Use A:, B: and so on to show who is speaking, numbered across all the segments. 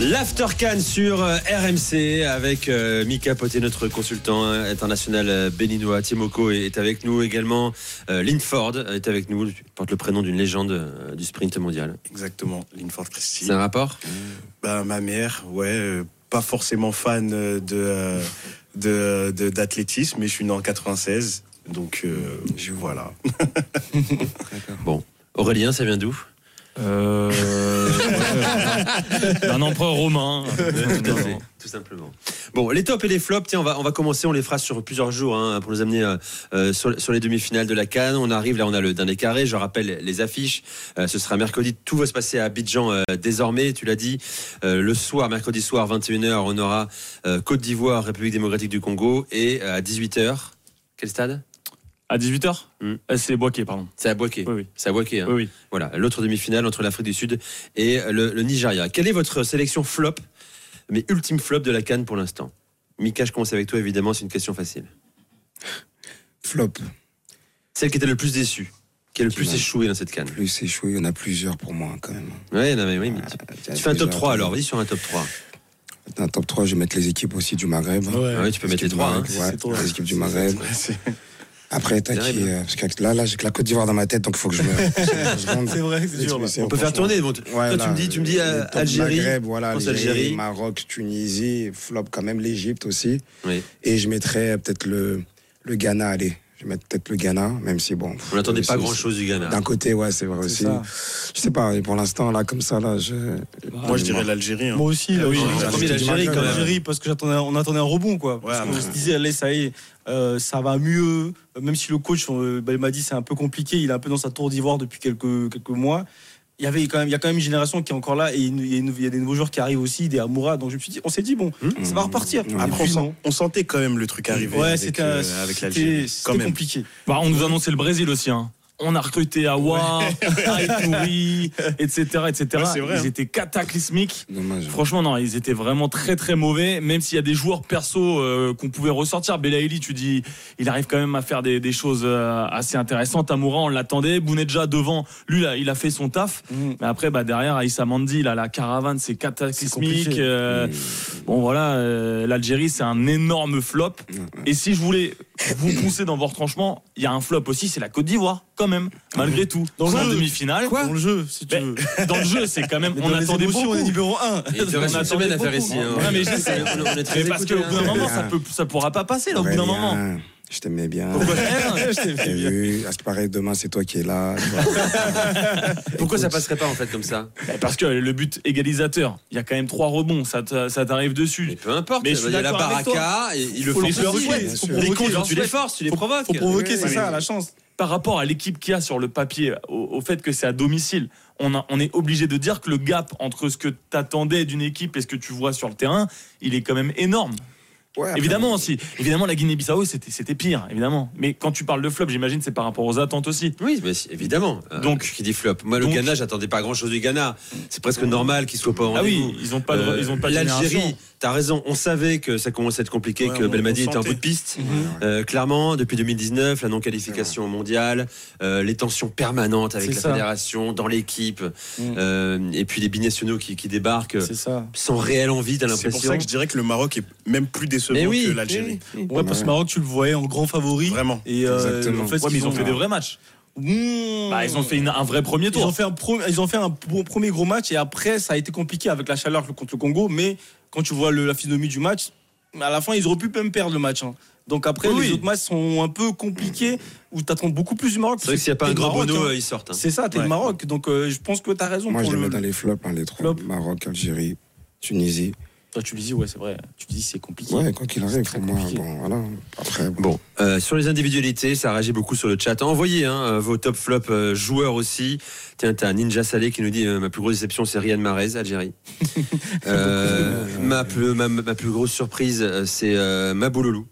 A: L'After Cannes sur euh, RMC avec euh, Mika Poté, notre consultant euh, international euh, béninois. Timoko est est avec nous également. Euh, Lynn Ford est avec nous. Tu portes le prénom d'une légende euh, du sprint mondial.
B: Exactement, Linford Christie.
A: C'est un rapport
B: Bah, ma mère, ouais, euh, pas forcément fan euh, de euh, de- euh, de- d'athlétisme, mais je suis né en 96, donc euh, je- voilà.
A: Bon. Aurélien, ça vient d'où
C: Euh... un empereur romain.
A: Tout à fait, tout simplement. Bon, les tops et les flops, tiens, on va, on va commencer, on les fera sur plusieurs jours hein, pour nous amener euh, euh, sur, sur les demi-finales de la Cannes. On arrive, là, on a le dernier carré, je rappelle les affiches. Euh, ce sera mercredi, tout va se passer à Abidjan euh, désormais, tu l'as dit. Euh, le soir, mercredi soir, 21h, on aura euh, Côte d'Ivoire, République démocratique du Congo et euh, à 18h, quel stade
C: À 18h
A: Mm.
C: C'est Boaké, pardon.
A: C'est à Boaké.
C: Oui, oui.
A: C'est à Boaké, hein.
C: Oui, oui.
A: Voilà, l'autre demi-finale entre l'Afrique du Sud et euh, le, le Nigeria. Quelle est votre sélection flop, mais ultime flop de la Cannes pour l'instant Mika, je commence avec toi, évidemment, c'est une question facile.
D: Flop,
A: Celle qui était le plus déçue, qui a le
D: Qui
A: plus
D: m'a-
A: échoué dans cette Cannes.
D: plus échoué, il y en a plusieurs pour moi quand même.
A: Ouais, non, mais oui, mais
D: Euh,
A: tu,
C: Ah,
D: il y a
A: tu fais un top
D: plusieurs.
A: 3 alors, vas-y sur un top 3.
D: Dans le top 3, je vais mettre les équipes aussi du Maghreb.
E: Ah
A: Ouais, tu peux mettre
D: Les
A: les
D: équipes du
A: 3. Hein.
D: Maghreb, ouais, les équipes du Maghreb. Après, t'as
A: Terrible.
D: qui euh, Parce que là, là j'ai que la Côte d'Ivoire dans ma tête, donc il faut que je me. c'est vrai que c'est dur.
A: On peut faire tourner. Bon, tu- toi, tu me dis, tu me dis euh, Algérie,
D: Maghreb, voilà,
A: France,
D: l'Algérie,
A: Algérie.
D: Maroc, Tunisie, flop quand même, l'Égypte aussi.
A: Oui.
D: Et je mettrais euh, peut-être le, le Ghana, allez. Je vais mettre peut-être le Ghana, même si bon.
A: On n'attendait pas
D: c'est-
A: grand-chose du Ghana.
D: D'un côté, ouais, c'est vrai aussi. Je sais pas, et pour l'instant, là, comme ça, là, je.
B: Moi, je dirais l'Algérie. hein.
E: Moi aussi, là,
A: Ah oui,
E: j'ai-
A: j'ai
B: promis
E: j'ai-
A: l'Algérie,
E: j'ai-
A: quand même.
E: l'Algérie, parce que j'attendais, on attendait un rebond, quoi. parce
B: Ouais,
E: qu'on
B: ouais.
E: se disait, allez, ça y est, euh, ça va mieux. Même si le coach, euh, bah, il m'a dit, c'est un peu compliqué. Il est un peu dans sa tour d'ivoire depuis quelques, quelques mois. Il y avait quand même, il y a quand même une génération qui est encore là et une- il y a, une- il y a des nouveaux joueurs qui arrivent aussi, des Amoura. Donc je me suis dit, on s'est dit, bon,
A: Hmm.
E: ça va repartir.
D: Mmh.
E: Et
B: Après, on,
E: puis,
B: sent- on sentait quand même le truc arriver
E: Ouais,
B: avec,
E: c'était
B: euh,
E: un-
B: avec
E: c'était-
B: l'Algérie. Quand
E: c'était
B: même.
E: compliqué.
C: Bah, on nous annonçait le Brésil aussi. hein. On a recruté Awa, Aitouri, etc. etc.
B: Ouais, c'est vrai,
C: ils
B: hein.
C: étaient cataclysmiques.
D: Dommage.
C: Franchement, non, ils étaient vraiment très très mauvais, même s'il y a des joueurs perso euh, qu'on pouvait ressortir. Belaïli, tu dis, il arrive quand même à faire des, des choses euh, assez intéressantes. Amoura, on l'attendait. Bounedja devant, lui, là, il a fait son taf.
E: Mmh.
C: Mais après, bah, derrière, Aïssa Mandi, là, la caravane, c'est cataclysmique.
E: compliqué. Mm.
C: Euh, Bon, voilà, euh, l'Algérie, c'est un énorme flop.
E: Mm.
C: Et si je voulais vous pousser dans vos retranchements, il y a un flop aussi, c'est la Côte d'Ivoire, quand même, malgré
E: Mm.
C: tout. Dans
E: Quoi
C: la demi-finale.
E: Dans le jeu, si tu
C: Mais
E: veux.
C: dans le jeu, c'est quand même,
E: Mais
C: on
E: dans les
C: attendait
E: émotions,
C: beaucoup.
E: on est numéro 1.
A: Et il te reste
C: On
A: une
C: attendait
A: semaine à faire
C: beaucoup.
A: ici. hein.
C: Non, mais je sais.
A: On est- on est très
C: Mais parce
A: écoutés,
C: qu'au bout d'un
A: hein.
C: moment, ça peut, ça pourra pas passer, là, au bout d'un
D: Aurélien,
C: moment.
D: Je t'aimais bien.
C: Pourquoi Eh,
D: T'as vu, à ce qui paraît, demain c'est toi qui es là. tu vois.
A: Pourquoi ça passerait pas en fait comme ça
C: Bah, Parce que le but égalisateur, il y a quand même trois rebonds, ça te- ça t'arrive
A: Mais
C: dessus.
A: peu importe.
C: Mais je suis
A: Il y a la
C: d'accord avec toi.
A: baraka, et il le
C: Faut
A: force.
C: les
A: il le
C: provoquer,
A: souhaite.
C: faut
A: Les
C: provoquer,
A: contre,
C: leur
A: tu les
C: souhait.
A: forces, tu les provoques.
E: Faut provoquer, c'est
D: Oui,
E: ça,
D: oui.
E: la chance.
C: par rapport à l'équipe qu'il y a sur le papier, au, au fait que c'est à domicile, on, a- on est obligé de dire que le gap entre ce que t'attendais d'une équipe et ce que tu vois sur le terrain, il est quand même énorme.
D: Ouais, après,
C: Évidemment aussi. Évidemment, la Guinée-Bissau, c'était c'était pire, évidemment. Mais quand tu parles de flop, j'imagine c'est par rapport aux attentes aussi.
A: Oui, mais si- évidemment. Donc,
C: Donc-
A: qui dit flop. Moi, le
C: donc-
A: Ghana, j'attendais pas grand-chose du Ghana. C'est presque normal qu'il soit pas en
C: Ah oui, ils ont pas de, ils ont pas de
A: Euh, L'Algérie,
C: génération.
A: t'as raison. On savait que ça commençait à être compliqué,
B: Ouais,
A: que
B: on-
A: Belmadi
B: on
A: était en
B: sentait.
A: bout de piste. Euh, clairement, depuis 2019, la non-qualification mondiale, euh, les tensions permanentes avec
E: C'est
A: la
E: ça.
A: fédération, dans l'équipe,
C: Mm.
E: Mhm.
A: euh, et puis les binationaux qui, qui débarquent euh,
E: C'est ça.
A: sans réelle envie, t'as
B: C'est pour ça
A: l'impression.
B: que je dirais que le Maroc est même plus décevant
A: Mais oui,
B: que l'Algérie.
A: oui, oui.
E: Ouais, parce que Maroc, tu le voyais en grand favori.
B: Vraiment.
E: Et euh,
D: Exactement.
E: en fait, ce
C: Ouais, mais
E: qu'ils
C: ils ont fait des vrais matchs.
E: Mmh.
C: Bah, ils ont fait une- un vrai premier
E: Ils ont
C: tour.
E: fait un, pro- ils ont fait un pro- premier gros match et après, ça a été compliqué avec la chaleur contre le Congo. Mais quand tu vois le- la physionomie du match, à la fin, ils auraient pu même perdre le match. hein. Donc après,
C: Oui,
E: les
C: oui.
E: autres matchs sont un peu compliqués où tu attends beaucoup plus du Maroc.
A: C'est vrai que s'il n'y a pas
E: T'es
A: un
E: le
A: grand
E: Maroc,
A: bono,
E: hein.
A: euh, ils sortent. hein.
E: C'est ça, t'es
B: Ouais.
E: le Maroc. Donc euh, je pense que t'as raison.
D: Moi je
E: pour
D: les
E: le...
D: mets dans les flops, hein, les trois.
E: Flop.
D: Maroc, Algérie, Tunisie.
E: Toi, tu le dis, ouais, c'est vrai. Tu le dis, c'est compliqué.
D: Ouais, quoi qu'il
E: C'est
D: arrive,
E: très
D: pour moi,
E: compliqué.
D: bon, voilà. Après, bon.
A: Bon, euh, sur les individualités, ça réagit beaucoup sur le chat. Envoyez hein, euh, vos top flops euh, joueurs aussi. Tiens, t'as Ninja Salé qui nous dit euh, ma plus grosse déception, c'est Riyad Mahrez, Algérie. Euh, ma, plus, ma, ma plus grosse surprise, euh, c'est euh, Mabouloulou.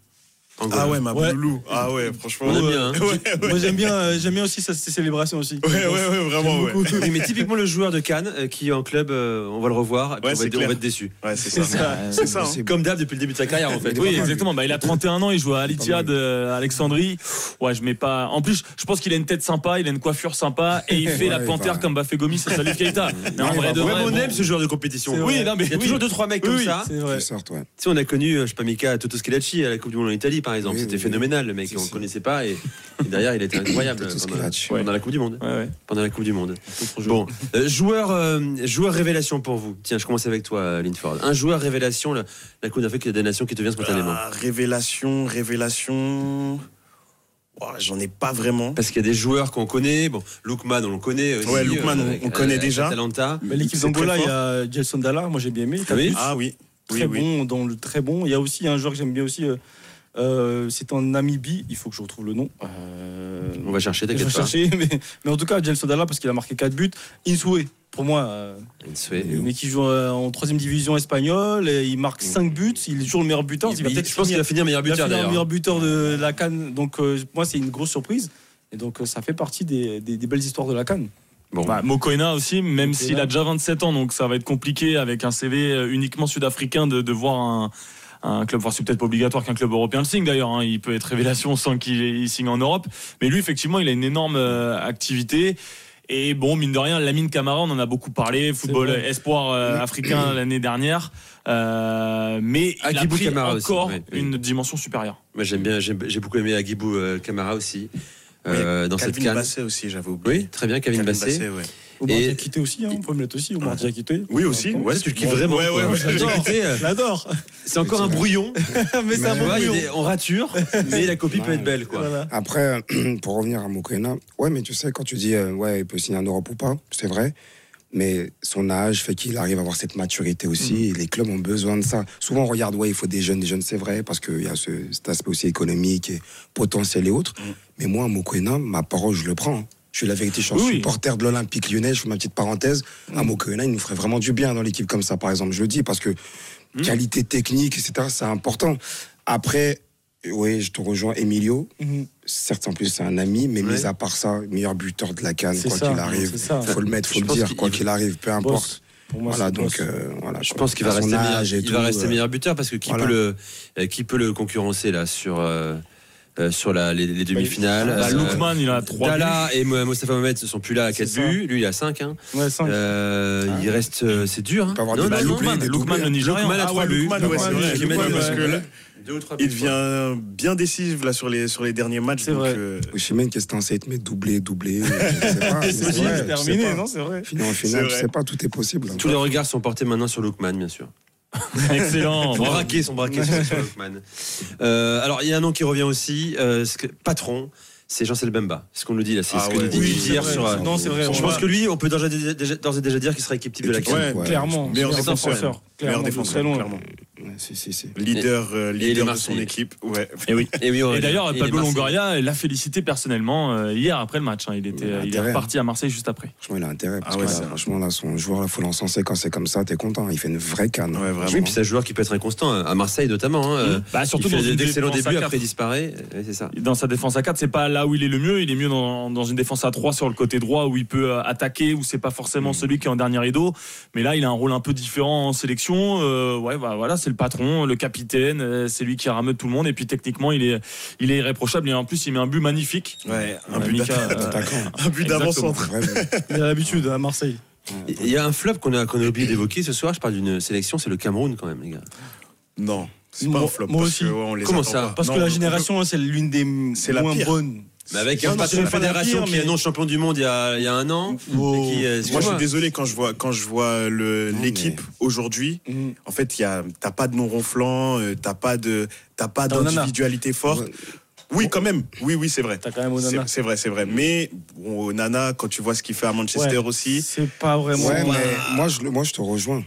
A: Angola.
B: Ah ouais, ma
E: Ouais.
B: Bouloulou. Ah ouais, franchement.
A: On aime bien, hein.
B: Ouais, ouais,
E: Moi j'aime bien, euh, j'aime bien aussi sa- ses célébrations aussi.
B: ouais, ouais, ouais, vraiment, ouais.
E: J'aime beaucoup.
A: Oui, mais typiquement le joueur de Cannes euh, qui est en club, euh, on va le revoir, et puis
B: Ouais,
A: on, va
B: c'est
A: être, on va
B: clair.
A: être déçu.
B: Ouais, c'est ça.
C: ça.
B: C'est ça. hein.
D: C'est-
A: Comme d'hab depuis le début de sa carrière en fait.
D: Il est
C: Oui,
D: pas mal,
C: exactement. Bah, il a 31 ans, il joue à Al Ittihad, euh, à Alexandrie. Ouais, je mets pas. En plus, je pense qu'il a une tête sympa, il a une coiffure sympa et il fait
D: Ouais,
C: la panthère
D: bah.
C: comme Bafé Gomis et Salif Keita. Mais en
D: Ouais,
C: vrai,
D: bah,
C: de
D: ouais,
C: vrai,
A: Même on
C: bon.
A: aime ce joueur de compétition.
E: C'est
A: Oui,
E: vrai.
A: non, mais il y a
C: Oui.
A: toujours deux trois mecs comme
C: Oui,
A: ça. Tu
E: C'est vrai.
D: Tu sortes, ouais.
A: sais, on a connu, euh, je sais pas, Mika Toto Scilacci à la Coupe du Monde en Italie par exemple.
D: Oui,
A: C'était
D: oui, oui.
A: phénoménal, le mec,
D: Si,
A: on
D: si.
A: connaissait pas et, et derrière il était incroyable
D: Toto
A: pendant,
D: Scilacci.
A: pendant la Coupe du Monde.
C: Ouais, ouais.
A: Pendant la Coupe du Monde. Bon, euh, joueur, euh, joueur révélation pour vous. Tiens, je commence avec toi, euh, Linford. Un joueur révélation, la, la Coupe d'Afrique des Nations qui te vient spontanément.
B: Ah, révélation, révélation. Ouah, J'en ai pas vraiment.
A: Parce qu'il y a des joueurs qu'on connaît. Bon, Lookman, on le connaît aussi. euh,
B: Ouais, Lookman, on- on connaît déjà.
A: Atalanta.
E: Mais l'équipe
B: C'est
E: d'Angola,
B: très
E: il y a Gelson Dalla, moi j'ai bien aimé.
A: oui
E: Tapus,
B: Ah oui. Oui,
E: très
B: oui.
E: bon, dans le très bon. Il y a aussi un joueur que j'aime bien aussi. euh, euh, c'est en Namibie, il faut que je retrouve le nom. Euh,
A: On va chercher,
E: je vais
A: t'inquiète pas.
E: chercher, mais, mais en tout cas, Gelson Dalla, parce qu'il a marqué 4 buts. Insoué, pour moi, euh,
A: Insoué.
E: mais qui joue euh, en 3 division espagnole, et il marque 5 buts, il est toujours le meilleur buteur.
A: Il-
E: il va
A: il-
E: peut-être
A: je pense qu'il
E: finir-
A: va finir meilleur
E: il a
A: buteur
E: fini un meilleur
A: d'ailleurs.
E: buteur de la Cannes, donc euh, moi c'est une grosse surprise. Et donc euh, ça fait partie des, des- des belles histoires de la Cannes.
A: Bon,
C: Bah, Mokoena aussi, même
E: Mokoena.
C: s'il a déjà 27 ans, donc ça va être compliqué avec un CV uniquement sud-africain de, de voir un, un club. Enfin, c'est peut-être pas obligatoire qu'un club européen le signe d'ailleurs. hein. Il peut être révélation sans qu'il il signe en Europe. Mais lui, effectivement, il a une énorme euh, activité. Et bon, mine de rien, Lamine Camara, on en a beaucoup parlé, football
E: vrai.
C: espoir euh, africain l'année dernière. Euh, mais il a
A: Agibou
C: pris
A: Camara aussi,
C: encore
A: oui, oui.
C: une dimension supérieure.
A: moi j'aime bien, j'aime- j'ai beaucoup aimé Agibou euh, Camara aussi euh, dans cette
B: Calvin
A: canne.
B: Basset aussi, j'avais oublié.
A: Oui, très bien, Kevin
B: Calvin
A: Bassé.
B: Basset, ouais.
E: Omar
A: Et-
E: et... quitté aussi, hein, on peut me mettre aussi, Omar Dia quitté.
B: Oui, aussi.
E: Attends.
B: Ouais,
A: tu le kiffes
B: Bon,
A: vraiment,
B: Ouais,
A: quoi.
B: ouais, ouais.
A: J'adore.
E: Je l'adore.
A: euh, C'est encore un brouillon,
E: mais c'est un
A: tu
D: Mais-
E: bon
A: vois, il y a
E: brouillon.
A: des- on rature, mais la copie peut être belle quoi.
E: Voilà.
D: Après, pour revenir à Mokoena, ouais, mais tu sais, quand tu dis, euh, ouais, il peut signer en Europe ou pas, c'est vrai. Mais son âge fait qu'il arrive à avoir cette maturité aussi.
C: Mm.
D: et les clubs ont besoin de ça. Souvent, on regarde, ouais, il faut des jeunes, des jeunes, c'est vrai, parce qu'il y a ce, cet aspect aussi économique et potentiel et autres.
C: Mm.
D: Mais moi, Mokoena, ma parole, je le prends. Je suis la vérité, je suis un
C: Oui, Mm. oui.
D: supporter de l'Olympique lyonnais. Je fais ma petite parenthèse. À Mokoena, il nous ferait vraiment du bien dans l'équipe comme ça, par exemple. Je le dis parce que
C: Mm.
D: qualité technique, etc., c'est important. Après, oui, je te rejoins, Emilio.
E: Mhm.
D: Certes, en plus, c'est un ami, mais
A: Ouais.
D: mis à part ça, meilleur buteur de la canne,
E: C'est
D: quoi
E: ça,
D: qu'il arrive.
E: c'est ça.
D: Faut le mettre, faut
A: Je
D: le
A: pense
D: dire,
A: qu'il-
D: quoi qu'il arrive, peu importe.
E: Boss. Pour moi,
D: voilà,
E: c'est
D: donc,
E: boss.
D: euh, voilà.
A: Je
D: quoi.
A: pense qu'il va
D: À son
A: rester, meilleur,
D: âge et
A: il va
D: tout,
A: rester
D: euh,
A: meilleur buteur parce que qui,
D: voilà.
A: peut, le, euh, qui peut le concurrencer là sur, euh, euh, sur la, les, les demi-finales
C: Bah,
A: Euh,
C: Lookman, il a 3
A: Dala et Mo- Mostafa Mohamed ne sont plus là à 4
E: ça.
A: buts. Lui, il a 5. Hein.
E: Ouais, cinq.
A: Euh, Il reste. euh, c'est dur. Hein.
D: peut avoir des
C: Bah,
D: balles
A: non.
D: doublées,
C: Lookman,
D: des
C: Lookman,
D: doublés.
C: le Nigérian.
A: Lookman a
C: Ah,
A: trois
B: ouais,
A: buts.
B: Lookman, ouais, c'est
A: Lookman,
B: vrai.
A: qui mène,
B: Lookman,
A: euh,
B: parce que là,
A: deux ou trois buts,
B: Il
A: quoi.
B: devient bien décisif là sur les sur les derniers matchs.
E: C'est
B: donc,
E: vrai.
B: euh,
D: Osimhen, qu'est-ce que t'en sais, te mettre doublé, doublé, je sais pas. mais
E: C'est
D: c'est vrai, je sais
E: terminé,
D: pas.
E: non, c'est vrai.
D: Finalement, au final,
B: C'est
D: je
B: vrai.
D: sais pas, tout est possible.
A: Tous les regards sont portés maintenant sur Lookman, bien sûr.
C: Excellent.
A: Ils sont
C: bravo.
A: braqués, ils sont braqués sur, sur Lookman. Euh, alors, il y a un nom qui revient aussi. euh, ce que- patron, c'est Jean-Cel Bemba. C'est ce qu'on nous dit là. C'est
B: Ah
A: ce que
B: ouais.
A: nous dit
B: Oui,
E: c'est
A: hier
E: vrai,
A: sur. euh,
E: Non, c'est vrai.
A: Je
E: on
A: pense
E: va-
A: que lui, on peut d'ores et déjà- déjà- d'ores et déjà dire qu'il sera équipe type de la CAN.
B: ouais,
D: Ouais,
E: Clairement.
B: meilleur
E: c'est un
B: défenseur.
E: défenseur.
B: meilleur
E: Clairement, de
B: défenseur,
E: très loin.
B: clairement.
D: Ouais, si, si, si.
B: Leader, euh,
A: les
B: leader de son
A: Marseillais.
B: équipe. Ouais.
C: Et Eh oui.
A: Et, Eh oui,
C: Et
A: Aurélien,
C: d'ailleurs,
A: il est
C: Pablo
A: Marseillais.
C: Longoria l'a félicité personnellement euh, hier après le match. hein. Il, était,
D: Il a
C: il est
D: intérêt,
C: reparti à Marseille juste après.
D: Franchement, il a intérêt. Parce
B: Ah ouais,
D: que là,
B: c'est vrai.
D: franchement, là, son joueur, là, faut l'encenser quand c'est comme ça, t'es content. Il fait une vraie canne.
B: Ouais, vraiment.
A: Oui, puis c'est un joueur qui peut être inconstant, hein, à Marseille notamment. hein, euh,
C: Bah, surtout
A: il fait
C: dans une
A: d'excellents
C: défense à
A: débuts,
C: quatre.
A: après il disparaît. Ouais, c'est ça.
C: Dans sa défense à 4, c'est pas là où il est le mieux. Il est mieux dans, dans une défense à 3 sur le côté droit où il peut euh, attaquer, où c'est pas
E: Mm.
C: forcément celui qui est en dernier rideau. Mais là, il a un rôle un peu différent en sélection. Euh, ouais, bah, voilà, c'est le patron, le capitaine, euh, c'est lui qui rameute tout le monde. Et puis techniquement, il est, il est irréprochable. Et en plus, il met un but magnifique.
B: Ouais, un
C: Euh,
B: but
C: Mika,
B: d'a-
C: euh,
D: Attaquant.
B: un but d'avance
C: exactement.
B: entre.
D: Vrai,
E: Il a l'habitude à Marseille.
A: Il y a un flop qu'on a, qu'on a oublié d'évoquer ce soir. Je parle d'une sélection, c'est le Cameroun quand même, les gars.
B: Non, c'est
E: Moi-
B: pas un flop.
E: moi
B: parce
E: aussi.
B: que, ouais, on les
A: Comment
B: attend
A: ça
B: pas.
E: Parce
B: Non,
E: que la
B: on-
E: génération, c'est l'une des
B: C'est la
E: moins
B: pire.
E: bonnes.
A: Mais avec
E: Non,
A: un
E: non,
A: patron
E: c'est
A: de
E: pas la
A: fédération
E: pire,
A: qui
E: mais-
A: est non champion du monde il y a, il y a un an.
E: Wow.
A: et qui, euh,
B: Moi, je suis
A: excuse-moi,
B: désolé quand je vois quand je vois euh, le-
D: Non,
B: l'équipe aujourd'hui.
E: Mhm.
B: En fait, il y a t'as pas de non ronflant, euh, t'as pas de t'as pas
E: T'as Onana.
B: d'individualité forte.
D: Ouais.
B: Oui, quand même. Oui, oui, c'est vrai.
E: T'as quand même Onana.
B: C'est c'est vrai, c'est vrai. Mais bon, Nana, quand tu vois ce qu'il fait à Manchester
E: Ouais.
B: aussi,
E: C'est pas vraiment.
D: Ouais, mais moi je, le- moi, je te rejoins.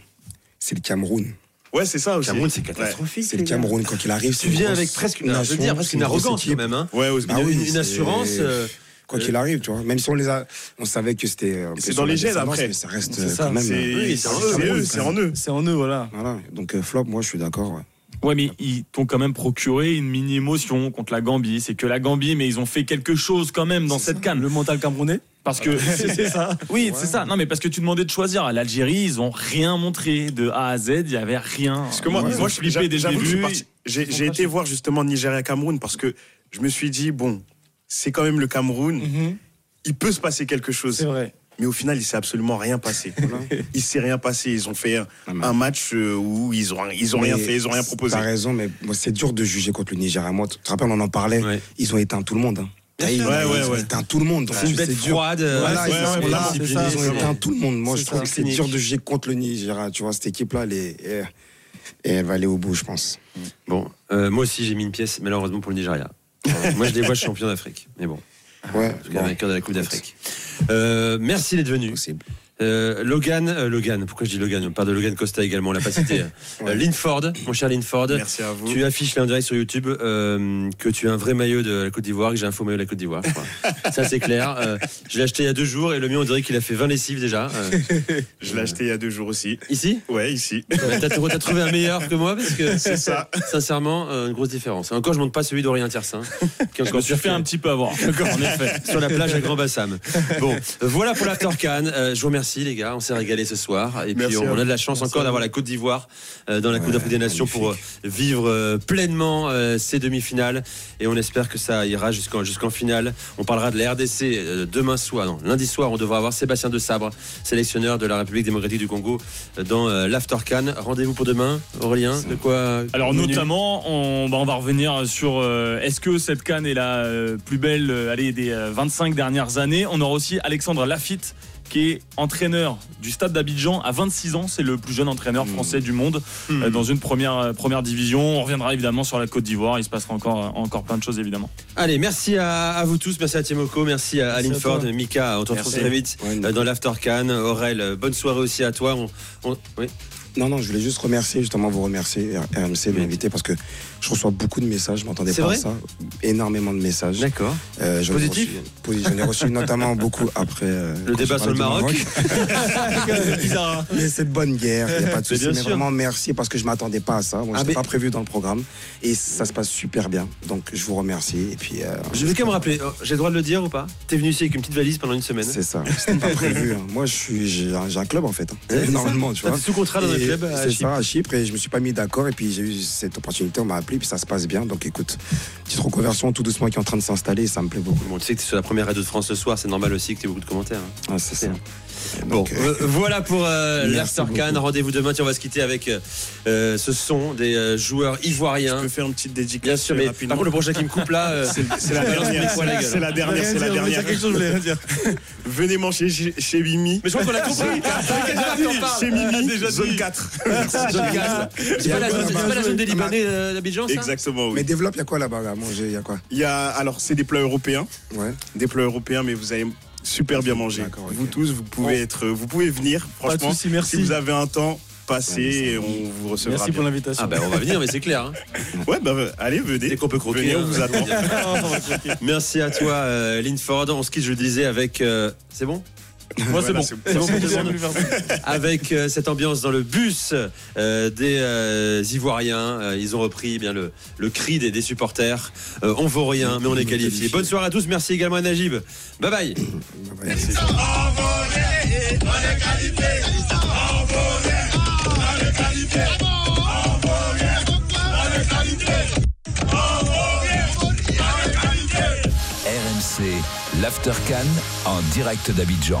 D: C'est le Cameroun.
B: ouais, c'est ça aussi.
A: Cameroun, c'est
B: Ouais.
A: catastrophique.
D: C'est le
A: les gars.
D: Cameroun. Quand il arrive, c'est
A: Tu
D: une
A: viens
D: grosse
A: avec presque une, je veux
D: nation,
A: dire, presque
D: c'est
A: une
D: grosse
A: arrogance quand
D: équipe.
A: même. Hein.
B: Ouais, aux-
A: Une,
D: Ah oui,
A: une- une
D: c'est-
A: assurance. euh,
D: Quoi qu'il arrive, tu vois. Même si on les a. On savait que c'était. un peu
B: C'est
D: sur
B: dans
D: la
B: les gènes,
D: descendance,
B: après.
D: mais Ça reste
E: C'est
D: euh,
E: ça,
D: quand même.
B: c'est
D: euh,
A: oui, c'est en eux,
B: c'est eux, c'est en eux.
E: C'est en eux, voilà.
D: Voilà. Donc, euh, flop, moi, je suis d'accord. ouais.
C: Ouais, mais ils t'ont quand même procuré une mini émotion contre la Gambie. C'est que la Gambie, mais ils ont fait quelque chose quand même dans cette canne.
E: Le mental camerounais.
C: Parce que c'est ça. Ah. Oui, c'est ça. Non, mais parce que tu demandais de choisir. À l'Algérie, ils ont rien montré de A à Z. Il y avait rien.
B: Parce que moi,
C: Ils ont
B: moi je suis
C: flippé dès le
B: j'avoue que je suis
C: début.
B: parti- J'ai j'ai été voir justement Nigeria-Cameroun parce que je me suis dit, bon, c'est quand même le Cameroun,
E: Mm.
B: il peut se passer quelque
E: Mhm. C'est
B: chose.
E: vrai.
B: Mais au final, il s'est absolument rien passé. il s'est rien passé. Ils ont fait un,
D: Ah, mais-
B: un match euh, où ils ont, ils ont rien
D: Mais
B: fait, ils ont rien proposé.
D: T'as raison, mais moi, c'est dur de juger contre le Nigeria. Moi, tu te rappelles, on en parlait.
A: Ouais.
D: Ils ont éteint tout le monde. hein.
B: Bien sûr.
D: ils,
B: Ouais, ouais,
D: ils ont
B: ouais.
D: éteint tout le monde. donc
A: C'est une bête
D: dur.
A: froide. euh,
D: Voilà,
B: Ouais,
D: ils,
B: Ah ouais,
D: sont
B: voilà,
D: éteints.
B: c'est
D: Ils
B: ça,
D: ont
B: c'est
D: éteint tout le monde. Moi,
E: C'est
D: je trouve
E: ça.
D: que c'est dur de juger contre le Nigeria. Tu vois, cette équipe-là, elle est- elle- elle va aller au bout, je pense.
A: Bon, euh, moi aussi j'ai mis une pièce, malheureusement pour le Nigeria. Enfin, moi je les vois champions d'Afrique, mais bon,
D: Ouais,
A: en tout cas
D: bon,
A: vainqueur de la Coupe d'Afrique. Euh, merci d'être venu.
D: possible.
A: Euh, Logan, euh, Logan, pourquoi je dis Logan On parle de Logan Costa également, on l'a pas cité. Euh, Linford, mon cher Linford.
B: Merci à vous.
A: Tu affiches là en direct sur YouTube euh, que tu as un vrai maillot de la Côte d'Ivoire, que j'ai un faux maillot de la Côte d'Ivoire. je crois. Ça, c'est clair. Euh, je l'ai acheté il y a deux jours et le mien, on dirait qu'il a fait 20 lessives déjà. Euh,
B: Je l'ai acheté il y a deux jours aussi.
A: ici
B: Ouais, ici.
A: Euh, T'as t'as trouvé un meilleur que moi parce que
B: C'est ça.
A: Sincèrement, euh, une grosse différence. Encore, je monte pas celui d'Orient Tersin. Qui est
C: Je me
A: encore
C: suis fait un petit peu avoir. En effet.
A: sur la plage à Grand Bassam. Bon, euh, voilà pour l'After Cannes. Euh, je vous remercie, les gars. On s'est régalé ce soir. Et
B: Merci
A: puis, on,
B: à
A: on a de la chance encore d'avoir la Côte d'Ivoire euh, dans la Coupe d'Afrique des Nations pour euh, vivre euh, pleinement euh, ces demi-finales. Et on espère que ça ira jusqu'en jusqu'en finale. On parlera de la RDC euh, demain soir. Non, lundi soir, on devra avoir Sébastien De Sabre, sélectionneur de la République démocratique du Congo, euh, dans euh, l'After Cannes. Rendez-vous pour demain, Aurélien. De quoi
C: Alors
A: menu
C: notamment, on, bah, on va revenir sur euh, est-ce que cette canne est la euh, plus belle euh, allez, des euh, 25 dernières années. On aura aussi Alexandre Lafitte qui est entraîneur du stade d'Abidjan à 26 ans. C'est le plus jeune entraîneur français du monde euh, dans une première, euh, première division. On reviendra évidemment sur la Côte d'Ivoire. Il se passera encore, encore plein de choses évidemment.
A: Allez, merci à, à vous tous, merci à Timoko, merci à Aline
E: à
A: Ford,
E: toi.
A: Mika, on te retrouve
E: Merci.
A: très vite
D: Ouais,
A: euh, dans l'After Can. Aurel, euh, bonne soirée aussi à toi. On- on- oui.
D: Non, non, je voulais juste remercier, justement, vous remercier, R- RMC, de m'inviter, parce que je reçois beaucoup de messages, je m'entendais
A: C'est
D: pas à
A: vrai
D: ça. Énormément de messages.
A: D'accord.
D: Euh, j'en ai
A: Positif
D: reçu- posi- J'en ai reçu notamment beaucoup après. euh,
A: Le
D: quand
A: débat
D: j'ai
A: sur le
D: parlé
A: Maroc.
D: du Mais c'est de bonne guerre, il n'y a pas de souci.
A: bien
D: Mais
A: sûr.
D: vraiment, merci parce que je ne m'attendais pas à ça. Moi,
A: Ah,
D: je
A: mais-
D: pas prévu dans le programme. Et ça se passe super bien. Donc, je vous remercie. Et puis, euh,
A: Je vais quand même rappeler, oh, j'ai le droit de le dire ou pas T'es venu ici avec une petite valise pendant une semaine.
D: c'est ça. C'était pas prévu. hein. Moi, je suis- j'ai un, j'ai un club, en fait. hein. Normalement, tu
A: T'es
D: vois.
A: sous contrat dans un
D: Et
A: club à
D: C'est
A: Chypre.
D: ça, à Chypre. Et je me suis pas mis d'accord. Et puis, j'ai eu cette opportunité. On m'a appelé. Puis, ça se passe bien. Donc, écoute, petite reconversion tout doucement qui est en train de s'installer. et Ça me plaît beaucoup.
A: Bon, tu sais que t'es sur la première radio de France ce soir, c'est normal aussi que t'aies beaucoup de commentaires. hein.
D: Ah, c'est ça.
A: Bon,
D: Donc, euh,
A: euh, voilà pour euh,
D: Merci
A: l'After
D: beaucoup.
A: Can. Rendez-vous demain, Tiens, on va se quitter avec euh, ce son des euh, joueurs
B: Je
A: ivoiriens.
B: peux faire une petite dédicace
A: Bien sûr, mais
B: rapidement.
A: par contre, le prochain qui me coupe là, euh,
B: c'est la
A: je balance mes
B: dernière.
A: poils à la gueule.
B: C'est la dernière. C'est la dernière. Venez manger chez, chez Mimi.
A: Mais je crois qu'on l'a compris. T'inquiète pas, t'en parles.
B: Chez Mimi, zone 4.
A: Zone gaz. C'est pas, la zone- c'est pas la
D: Ah,
A: zone des
D: bah,
A: Libanais euh, d'Abidjan, ça
B: Exactement, oui.
D: Mais développe, il y a quoi là-bas à manger Il y a quoi
B: Il y a, alors, c'est des plats européens.
D: Ouais.
B: Des plats européens, mais vous allez super bien manger.
D: D'accord, ok.
B: Vous tous, vous pouvez, être, vous pouvez venir.
E: Pas de
B: Franchement,
E: soucis, merci.
B: si vous avez un temps, passez et on vous recevra.
E: Merci pour
B: bien.
E: l'invitation.
A: Ah ben on va venir, mais c'est clair. hein.
B: Ouais, bah, allez, venez.
A: Dès qu'on peut croquer,
B: Venez,
A: hein.
B: on vous attend.
A: Merci à toi, euh, Linford. On se quitte, je le disais, avec. euh, c'est bon
C: Moi c'est
B: Voilà,
C: bon.
B: bah, c'est bon.
C: C'est bon pour tout le monde.
A: Avec euh, cette ambiance dans le bus euh, des euh, Ivoiriens. Euh, ils ont repris eh bien le, le cri des, des supporters. Euh, on vaut rien, mais on est qualifié. Bonne soirée à tous. Merci également à Najib. Bye bye.
F: RMC, l'After Cannes, en direct d'Abidjan.